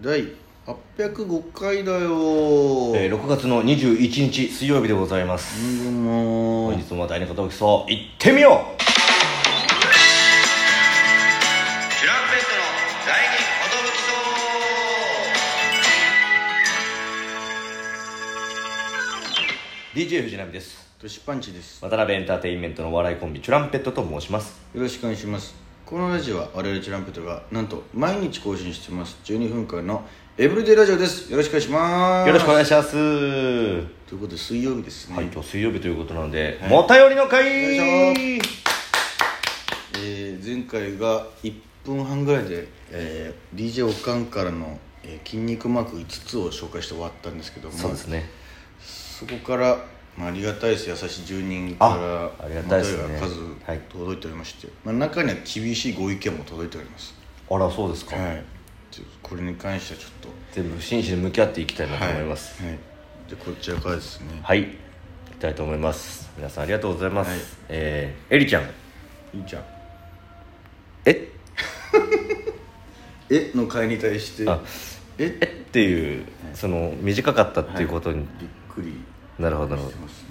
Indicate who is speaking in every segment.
Speaker 1: 第805回だよ
Speaker 2: えー、6月の21日水曜日でございます、
Speaker 1: うんもう
Speaker 2: 本日もまた相方を競う行ってみよう
Speaker 3: ジュランペットの第二寿
Speaker 2: DJ 藤波です
Speaker 1: トシパンチです
Speaker 2: 渡辺エンターテインメントのお笑いコンビチュランペットと申します
Speaker 1: よろしくお願いしますこのラジオは我々チュランペットがなんと毎日更新してます12分間のエブリデイラジオですよろしくお願いします
Speaker 2: よろしくお願い
Speaker 1: し
Speaker 2: します、は
Speaker 1: ますということで水曜日ですね、
Speaker 2: い今日水曜日ということなので、もたよりの
Speaker 1: よ
Speaker 2: 会
Speaker 1: いえー前回が1分半ぐらいで、えー DJ おかんからの、えー筋肉マーク5つを紹介して終わったんですけども
Speaker 2: そうですね
Speaker 1: そこから、まあ、ありがたいです優しい住人か
Speaker 2: あ
Speaker 1: ら
Speaker 2: ありがたいですね
Speaker 1: お便りが数
Speaker 2: はい
Speaker 1: 届いておりまして、まあ、中には厳しいご意見も届いております
Speaker 2: あらそうですか、
Speaker 1: はいちょっとこれに関してはちょっと
Speaker 2: 全部真摯に向き合っていきたいなと思います
Speaker 1: はい、でこちらからですね
Speaker 2: はい、行きたいと思います皆さんありがとうございます、
Speaker 1: はい
Speaker 2: えー、エリちゃん
Speaker 1: いいちゃん
Speaker 2: え
Speaker 1: 「え」の会に対して
Speaker 2: あ
Speaker 1: 「え」
Speaker 2: えっていうその短かったっていうことに、
Speaker 1: びっくり
Speaker 2: なるほどなるほ
Speaker 1: し
Speaker 2: ど
Speaker 1: てます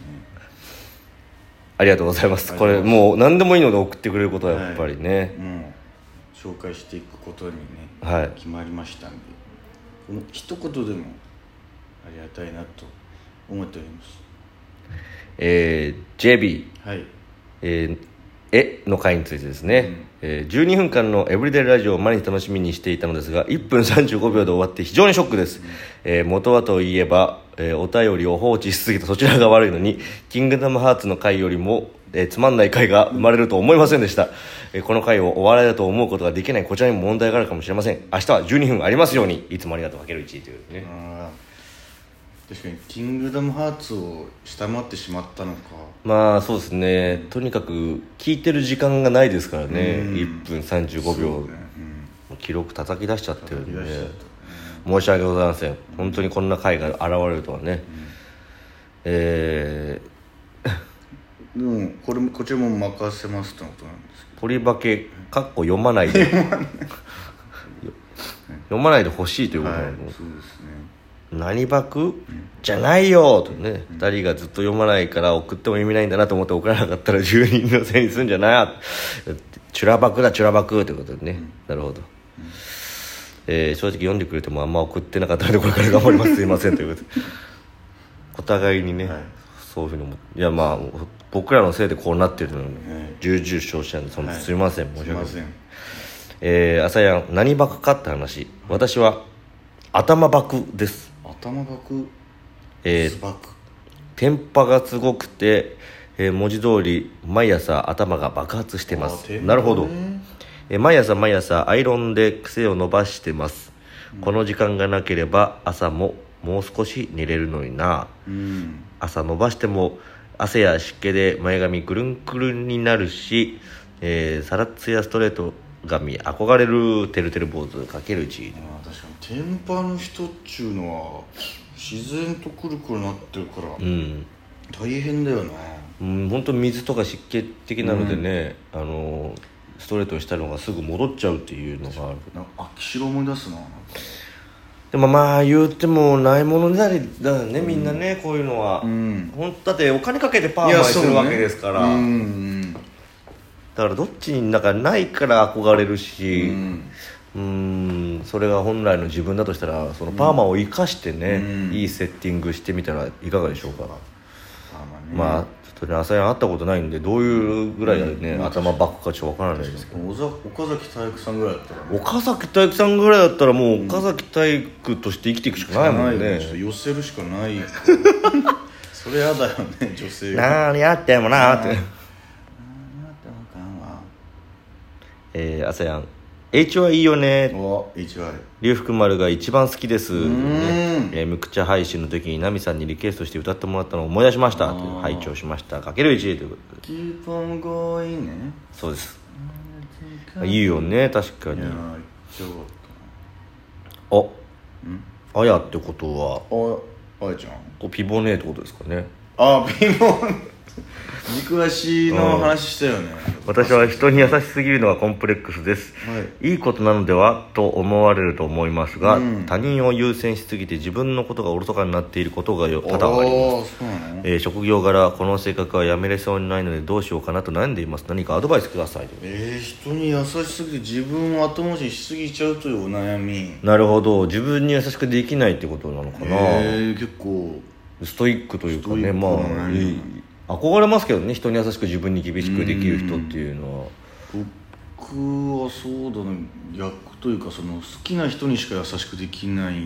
Speaker 2: ありがとうございます
Speaker 1: ありが
Speaker 2: こと
Speaker 1: う
Speaker 2: れ
Speaker 1: ございます
Speaker 2: もう何でもいいので送ってくれることはやっぱりね
Speaker 1: ねもう紹介していくことにね、
Speaker 2: はい
Speaker 1: 決まりましたんでこの一言でもありがたいなと思っております
Speaker 2: えー JB
Speaker 1: はい
Speaker 2: えー絵の回についてですね、えー12分間のエブリデイラジオを毎日楽しみにしていたのですが1分35秒で終わって非常にショックです、えー元はといえば、えーお便りを放置しすぎたそちらが悪いのに「キングダムハーツ」の回よりも、えーつまんない回が生まれると思いませんでした、えーこの回をお笑いだと思うことができないこちらにも問題があるかもしれません明日は12分ありますようにいつもありがとうかける1というね、
Speaker 1: あー確かに「キングダムハーツ」を下回ってしまったのか
Speaker 2: まあそうですねとにかく聞いてる時間がないですからね、1分35秒、
Speaker 1: ねうん
Speaker 2: 記録叩き出しちゃってるんで
Speaker 1: 叩き出しちゃっ
Speaker 2: 申し訳ございません本当にこんな回が現れるとはね、え
Speaker 1: でもこれもこちらも任せますってことなんですけ
Speaker 2: ー、取り化けかっこ 読まないで読まないでほしいという
Speaker 1: ど
Speaker 2: ことな
Speaker 1: は
Speaker 2: の、
Speaker 1: いそうですね
Speaker 2: 何バクじゃないよとね、二人がずっと読まないから送っても意味ないんだなと思って送らなかったら住人のせいにすんじゃないチュラバクだチュラバクということでね、なるほど、えー正直読んでくれてもあんま送ってなかったのでこれから頑張りますすいませんということでお互いにね、
Speaker 1: はい
Speaker 2: そういうふうに思っていやまあ僕らのせいでこうなってるのに、
Speaker 1: はい
Speaker 2: 重々承知なんでその、
Speaker 1: はい
Speaker 2: すいません申し
Speaker 1: すい
Speaker 2: 訳ない
Speaker 1: ません
Speaker 2: えー、朝やん何バクかって話私は頭バクです
Speaker 1: 頭バク
Speaker 2: えー
Speaker 1: スバク
Speaker 2: テンパがすごくて、えー文字通り毎朝頭が爆発してま
Speaker 1: あ
Speaker 2: す
Speaker 1: ーテンパね
Speaker 2: なるほど、えー毎朝毎朝アイロンで癖を伸ばしてます、この時間がなければ朝ももう少し寝れるのにな
Speaker 1: うん
Speaker 2: 朝伸ばしても汗や湿気で前髪くるんくるんになるし、えー、サラッツやストレート髪憧れるてるてる坊主かけるうち
Speaker 1: まあ確かにテンパの人っちゅうのは自然とくるくるなってるから
Speaker 2: うん
Speaker 1: 大変だよな
Speaker 2: うん本当水とか湿気的なのでね、あのストレートにしたのがすぐ戻っちゃうっていうのがある
Speaker 1: なんか秋白思い出すななんか
Speaker 2: でもまあ言うてもないものねだりだよねみんなね、こういうのは、
Speaker 1: ん
Speaker 2: ほんだってお金かけてパーマにするわけですから、
Speaker 1: うんうん
Speaker 2: だからどっちになんかないから憧れるしうーんそれが本来の自分だとしたらそのパーマを生かしてね、
Speaker 1: うん
Speaker 2: いいセッティングしてみたらいかがでしょうか、
Speaker 1: まあまあね
Speaker 2: まあちょっとね朝やん会ったことないんでどういうぐらいだね、頭バックかちょっとわからないですけど
Speaker 1: 小ざ岡崎体育さんぐらいだったらね
Speaker 2: 岡崎体育さんぐらいだったらもう岡崎体育として生きていくしかないもん
Speaker 1: ないよ
Speaker 2: ね
Speaker 1: ちょっと寄せるしかない それやだよね女性が
Speaker 2: 何やってもなーって
Speaker 1: なんてわかんわ
Speaker 2: えー、朝やん H はいいよね
Speaker 1: お HY
Speaker 2: 龍福丸が一番好きです
Speaker 1: ん
Speaker 2: ねえー無口配信の時にナミさんにリクエストして歌ってもらったのを思い出しましたという拝聴しましたかける1ということで
Speaker 1: Keep on going ね
Speaker 2: そうですいいよね確か
Speaker 1: い
Speaker 2: に
Speaker 1: やー言っち
Speaker 2: ああやってことは
Speaker 1: ゃおああやちゃん
Speaker 2: こうピボネーってことですかね
Speaker 1: あピンポン 軸足の話したよね
Speaker 2: 私は人に優しすぎるのがコンプレックスです、い、いことなのではと思われると思いますが、
Speaker 1: うん
Speaker 2: 他人を優先しすぎて自分のことがおろそかになっていることがよ
Speaker 1: お
Speaker 2: 多々あります
Speaker 1: ーそうなの
Speaker 2: えー職業柄この性格はやめれそうにないのでどうしようかなと悩んでいます何かアドバイスください
Speaker 1: えー、人に優しすぎて自分を後回ししすぎちゃうというお悩み
Speaker 2: なるほど自分に優しくできないってことなのかな、
Speaker 1: えー、結構
Speaker 2: ストイックというか
Speaker 1: ストイッ
Speaker 2: ね
Speaker 1: ク
Speaker 2: ま
Speaker 1: な
Speaker 2: あ、
Speaker 1: ね
Speaker 2: いい憧れますけどね人に優しく自分に厳しくできる人っていうのは
Speaker 1: 僕はそうだね逆というかその好きな人にしか優しくできない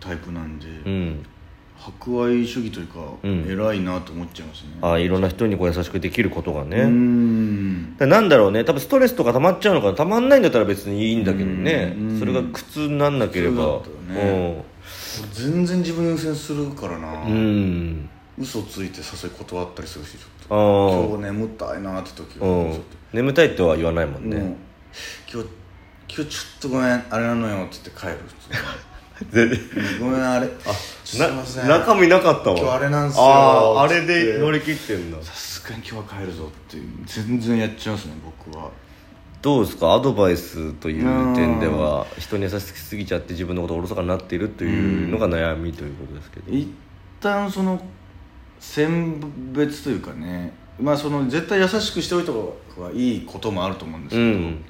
Speaker 1: タイプなんで、
Speaker 2: うん
Speaker 1: 博愛主義というか、
Speaker 2: うん
Speaker 1: 偉いなと思っちゃいますね
Speaker 2: あいろんな人にこう優しくできることがね、
Speaker 1: うーん
Speaker 2: だからなんだろうね多分ストレスとか溜まっちゃうのかな溜まんないんだったら別にいいんだけどね
Speaker 1: うん
Speaker 2: それが苦痛になんなければ
Speaker 1: そうだったよね俺全然自分優先するからな、
Speaker 2: うん、うん、
Speaker 1: 嘘ついて誘い断ったりするしちょっ
Speaker 2: あ
Speaker 1: と
Speaker 2: あ
Speaker 1: 今日眠たいなって時は
Speaker 2: う
Speaker 1: ちょ
Speaker 2: ん
Speaker 1: っ
Speaker 2: 眠たいとは言わないも
Speaker 1: とも
Speaker 2: ん
Speaker 1: う
Speaker 2: ね、
Speaker 1: 今日今日ちょっとごめんあれなのよって言って帰る
Speaker 2: 全然
Speaker 1: 普通にごめんあれあすいません
Speaker 2: な中身なかったわ
Speaker 1: 今日あれなんすよ
Speaker 2: あああ
Speaker 1: つって
Speaker 2: れで乗り切ってんだ
Speaker 1: さすがに今日は帰るぞっていう全然やっちゃいますね僕は
Speaker 2: どうですかアドバイスという点では人に優しすぎちゃって自分のことおろそかになっているというのが悩みということですけど
Speaker 1: 一旦その選別というかねまあその絶対優しくしておいた方がいいこともあると思うんですけ
Speaker 2: う
Speaker 1: ど、
Speaker 2: ん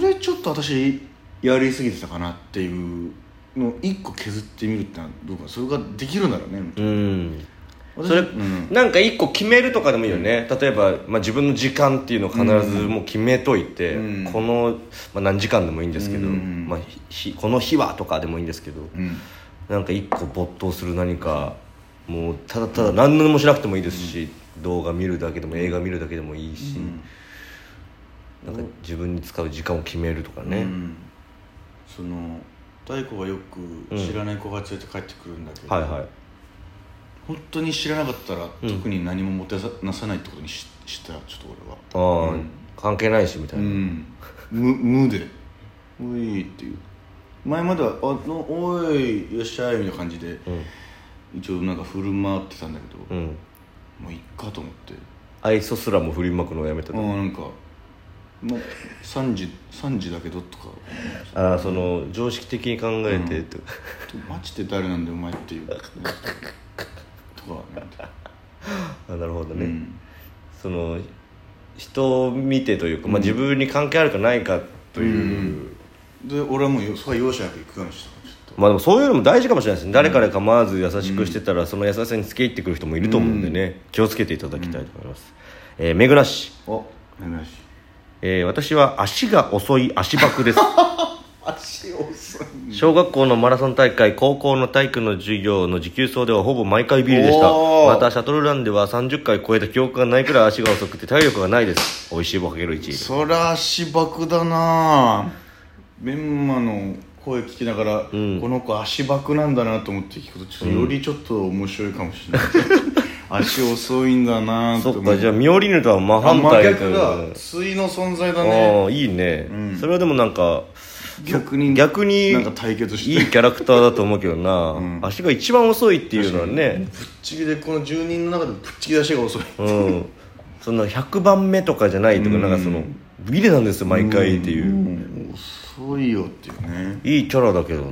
Speaker 1: これちょっと私やりすぎてたかなっていうのを一個削ってみるってのはどうかそれができるならね
Speaker 2: うん
Speaker 1: 私
Speaker 2: それ
Speaker 1: うん
Speaker 2: なんか一個決めるとかでもいいよね、例えば、まあ、自分の時間っていうのを必ずもう決めといて、
Speaker 1: うん
Speaker 2: この、まあ、何時間でもいいんですけど、
Speaker 1: うん
Speaker 2: まあ、ひこの日はとかでもいいんですけど、
Speaker 1: うん
Speaker 2: なんか一個没頭する何かもうただただ何もしなくてもいいですし、動画見るだけでも映画見るだけでもいいし、なんか自分に使う時間を決めるとかね、
Speaker 1: うんその大子がよく知らない子が連れて帰ってくるんだけど、
Speaker 2: はいはい
Speaker 1: 本当に知らなかったら
Speaker 2: うん
Speaker 1: 特に何ももてなさないってことにししたちょっと俺は
Speaker 2: ああ、
Speaker 1: うん
Speaker 2: 関係ないしみたいうな、
Speaker 1: ん無無で「うい」っていう前までは「あのおいいらっしゃい」みたいな感じで
Speaker 2: うん
Speaker 1: 一応なんか振る舞ってたんだけど、
Speaker 2: うん
Speaker 1: もういっかと思って
Speaker 2: 愛想すらも振りまくのをやめ
Speaker 1: あ
Speaker 2: た
Speaker 1: あなんかもう3時3時だけどとか
Speaker 2: ああその常識的に考えてとか、
Speaker 1: マジで誰なんだよお前っていうとかなんて
Speaker 2: あなるほどね、
Speaker 1: うん
Speaker 2: その人を見てというか、まあ、自分に関係あるかないかという、
Speaker 1: で俺はもうよそれは容赦なく行くようにしたちょっと
Speaker 2: まあでもそういうのも大事かもしれないですね誰から構わず優しくしてたら、その優しさにつけ入ってくる人もいると思うんでね、気をつけていただきたいと思います、えー目黒市、
Speaker 1: あ珍しい
Speaker 2: えー私は足が遅い足バク です
Speaker 1: 足遅い
Speaker 2: 小学校のマラソン大会高校の体育の授業の持久走ではほぼ毎回ビリでした
Speaker 1: おー
Speaker 2: またシャトルランでは30回超えた記憶がないくらい足が遅くて体力がないです美味しい棒かける1
Speaker 1: そりゃ足バクだなメンマの声聞きながら、
Speaker 2: ん
Speaker 1: この子足バクなんだなと思って聞くとちょっとよりちょっと面白いかもし れない、足遅いんだなと
Speaker 2: そ
Speaker 1: 思
Speaker 2: っ
Speaker 1: って
Speaker 2: かじゃあミオリーヌとは真
Speaker 1: あ
Speaker 2: 反
Speaker 1: 真
Speaker 2: 対と
Speaker 1: 逆
Speaker 2: いう
Speaker 1: だ対の存在だね
Speaker 2: ああいいね、
Speaker 1: ん
Speaker 2: それはでもなんか
Speaker 1: 逆に
Speaker 2: 逆に
Speaker 1: なんか対決して
Speaker 2: いいキャラクターだと思うけどな、足が一番遅いっていうのはね、
Speaker 1: ぶっちぎりでこの住人の中でぶっちぎり足が遅い
Speaker 2: うん、その100番目とかじゃないとか、なんかそのビリなんですよ毎回っていう、
Speaker 1: うん遅いよっていうね
Speaker 2: いいキャラだけどな、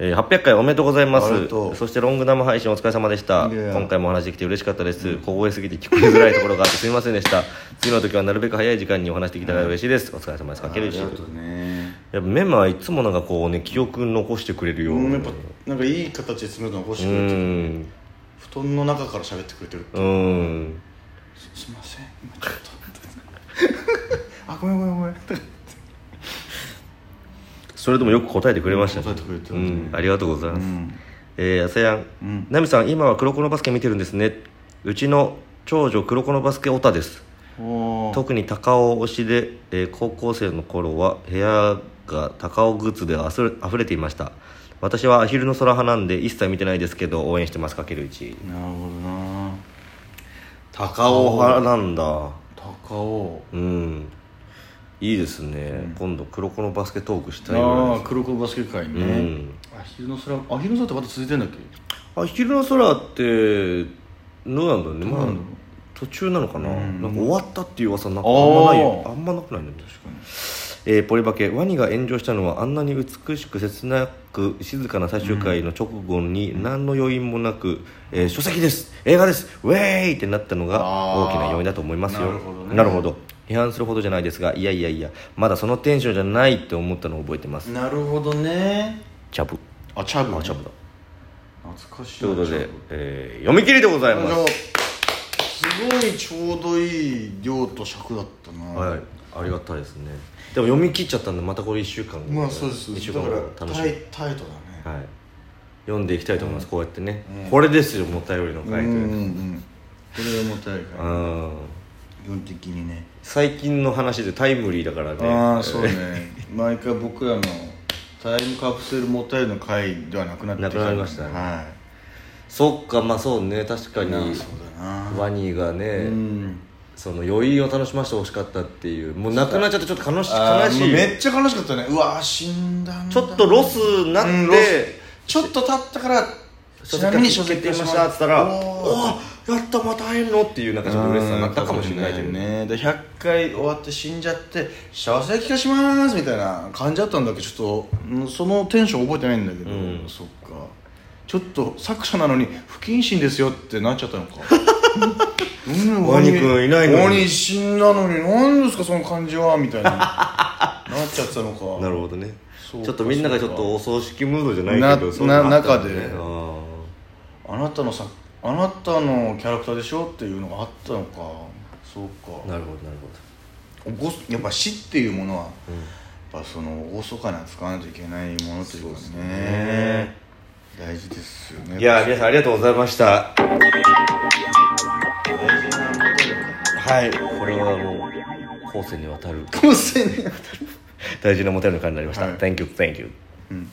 Speaker 2: えー800回おめでとうございま
Speaker 1: あり
Speaker 2: す
Speaker 1: がとう
Speaker 2: そしてロング生配信お疲れ様でした
Speaker 1: いや
Speaker 2: 今回もお話できて嬉しかったです小声すぎて聞こえづらいところがあってすみませんでした次の時はなるべく早い時間にお話できたら嬉しいですお疲れ様ですかける
Speaker 1: あ
Speaker 2: し
Speaker 1: りがとうね
Speaker 2: やっぱメンマはいつもなんかこうね記憶残してくれるよう
Speaker 1: うん
Speaker 2: な
Speaker 1: やっぱなんかいい形で詰めるのが欲し
Speaker 2: う
Speaker 1: くて
Speaker 2: ん
Speaker 1: 布団の中から喋ってくれてる
Speaker 2: うん
Speaker 1: すいません今ちょっとあごめんごめんごめん
Speaker 2: それでもよく答えてくれましたね
Speaker 1: 答えてくれてた
Speaker 2: う
Speaker 1: ね
Speaker 2: んありがとうございます、
Speaker 1: ん
Speaker 2: えー、あさやん、ナミさん今は黒子のバスケ見てるんですねうちの長女黒子のバスケオタです
Speaker 1: おー
Speaker 2: 特に高尾推しで、えー高校生の頃は部屋が高尾グッズであふれていました私はアヒルの空派なんで一切見てないですけど応援してますかける1
Speaker 1: なるほどな高
Speaker 2: 青派
Speaker 1: 尾
Speaker 2: なんだ
Speaker 1: 高尾
Speaker 2: うんいいですね、今度黒子のバスケトークしたいぐらい
Speaker 1: あ
Speaker 2: で
Speaker 1: あ黒子バスケ界ね、
Speaker 2: うん
Speaker 1: アヒルの空アヒルの空ってまだ続いてんだっけ
Speaker 2: すアヒルの空ってどうなんだろうねまあ途中なのかな,、
Speaker 1: うん
Speaker 2: なんか終わったっていう噂なんか
Speaker 1: あ
Speaker 2: あ
Speaker 1: ー
Speaker 2: んまないよあんまなくないね確かに、えーポリバケワニが炎上したのはあんなに美しく切なく静かな最終回の直後に何の余韻もなく、えー書籍です映画ですウェーイってなったのが大きな要因だと思いますよ
Speaker 1: あーなるほどね
Speaker 2: なるほど批判するほどじゃないですがいやいやいやまだそのテンションじゃないって思ったのを覚えてます
Speaker 1: なるほどね
Speaker 2: チャブ
Speaker 1: あチャブ、ね、
Speaker 2: あチャブだ
Speaker 1: 懐かしい
Speaker 2: ということ
Speaker 1: チャ
Speaker 2: で
Speaker 1: ブ、
Speaker 2: えー読み切りでございます
Speaker 1: すごいちょうどいい量と尺だったな
Speaker 2: はい、ありがたいですね。でも読み切っちゃったんで、またこれ一週間、
Speaker 1: まあそうです
Speaker 2: 一週
Speaker 1: だ
Speaker 2: 間
Speaker 1: から
Speaker 2: 楽し
Speaker 1: タ
Speaker 2: み
Speaker 1: イ。タイトだね
Speaker 2: はい。読んでいきたいと思います。こうやってね、
Speaker 1: うん
Speaker 2: これですよ、もったいよりの回
Speaker 1: う
Speaker 2: と
Speaker 1: んう
Speaker 2: い
Speaker 1: ん
Speaker 2: う。
Speaker 1: うんこれがもたいか
Speaker 2: う
Speaker 1: ら
Speaker 2: ん。
Speaker 1: 基本的にね
Speaker 2: 最近の話でタイムリーだからね。
Speaker 1: ああそうね 毎回僕らのタイムカプセルもたいの回ではなくなってき
Speaker 2: なくなりましたね
Speaker 1: は
Speaker 2: そっか、まあ、そうね、確か
Speaker 1: いなあ
Speaker 2: に。
Speaker 1: そうだな
Speaker 2: ワニーが
Speaker 1: う
Speaker 2: ね、
Speaker 1: ん
Speaker 2: その余韻を楽しませてほしかったっていう、もうなくなっちゃって、ちょっと悲し
Speaker 1: あー
Speaker 2: 悲し
Speaker 1: もう
Speaker 2: い。
Speaker 1: めっちゃ悲しかったねうわー死んだんだ
Speaker 2: ちょっとロスになっ
Speaker 1: うんロ
Speaker 2: て。
Speaker 1: ちょっと経ったから
Speaker 2: 書
Speaker 1: ち
Speaker 2: 籍
Speaker 1: な
Speaker 2: が
Speaker 1: みに書籍
Speaker 2: 決定
Speaker 1: 化
Speaker 2: し
Speaker 1: し
Speaker 2: ま
Speaker 1: ま
Speaker 2: し
Speaker 1: したた
Speaker 2: っつったら「
Speaker 1: おー
Speaker 2: おおやったまた会えるの?」っていうなんかちょっと嬉しさになったかもしれないけど
Speaker 1: ねで100回終わって死んじゃって「幸せ気がします」みたいな感じだったんだけどちょっとうんそのテンション覚えてないんだけど、
Speaker 2: うん
Speaker 1: そっかちょっと作者なのに不謹慎ですよってなっちゃったの かうん
Speaker 2: ワニ君いないのに
Speaker 1: ワニ死んだのに何ですかその感じはみたいな なっちゃってたのか
Speaker 2: なるほどね
Speaker 1: そうか
Speaker 2: ちょっとみんながちょっとお葬式ムードじゃないけど
Speaker 1: な
Speaker 2: そういうのがあったんだね
Speaker 1: な中で
Speaker 2: あー
Speaker 1: あなたのさあなたのキャラクターでしょっていうのがあったのかそうか
Speaker 2: なるほ
Speaker 1: お
Speaker 2: どなる
Speaker 1: ごすやっぱ死っていうものは、
Speaker 2: うん
Speaker 1: やっぱその厳かに扱わないといけないものというかね
Speaker 2: ね
Speaker 1: 大事ですよ
Speaker 2: ほ
Speaker 1: ね
Speaker 2: どいやー皆さんありがとうございました
Speaker 1: 大事なことだよ
Speaker 2: はいこれはもう後世にわたる
Speaker 1: 高専ね
Speaker 2: 大事なモテるの会になりました、
Speaker 1: はい
Speaker 2: Thank you thank you
Speaker 1: うん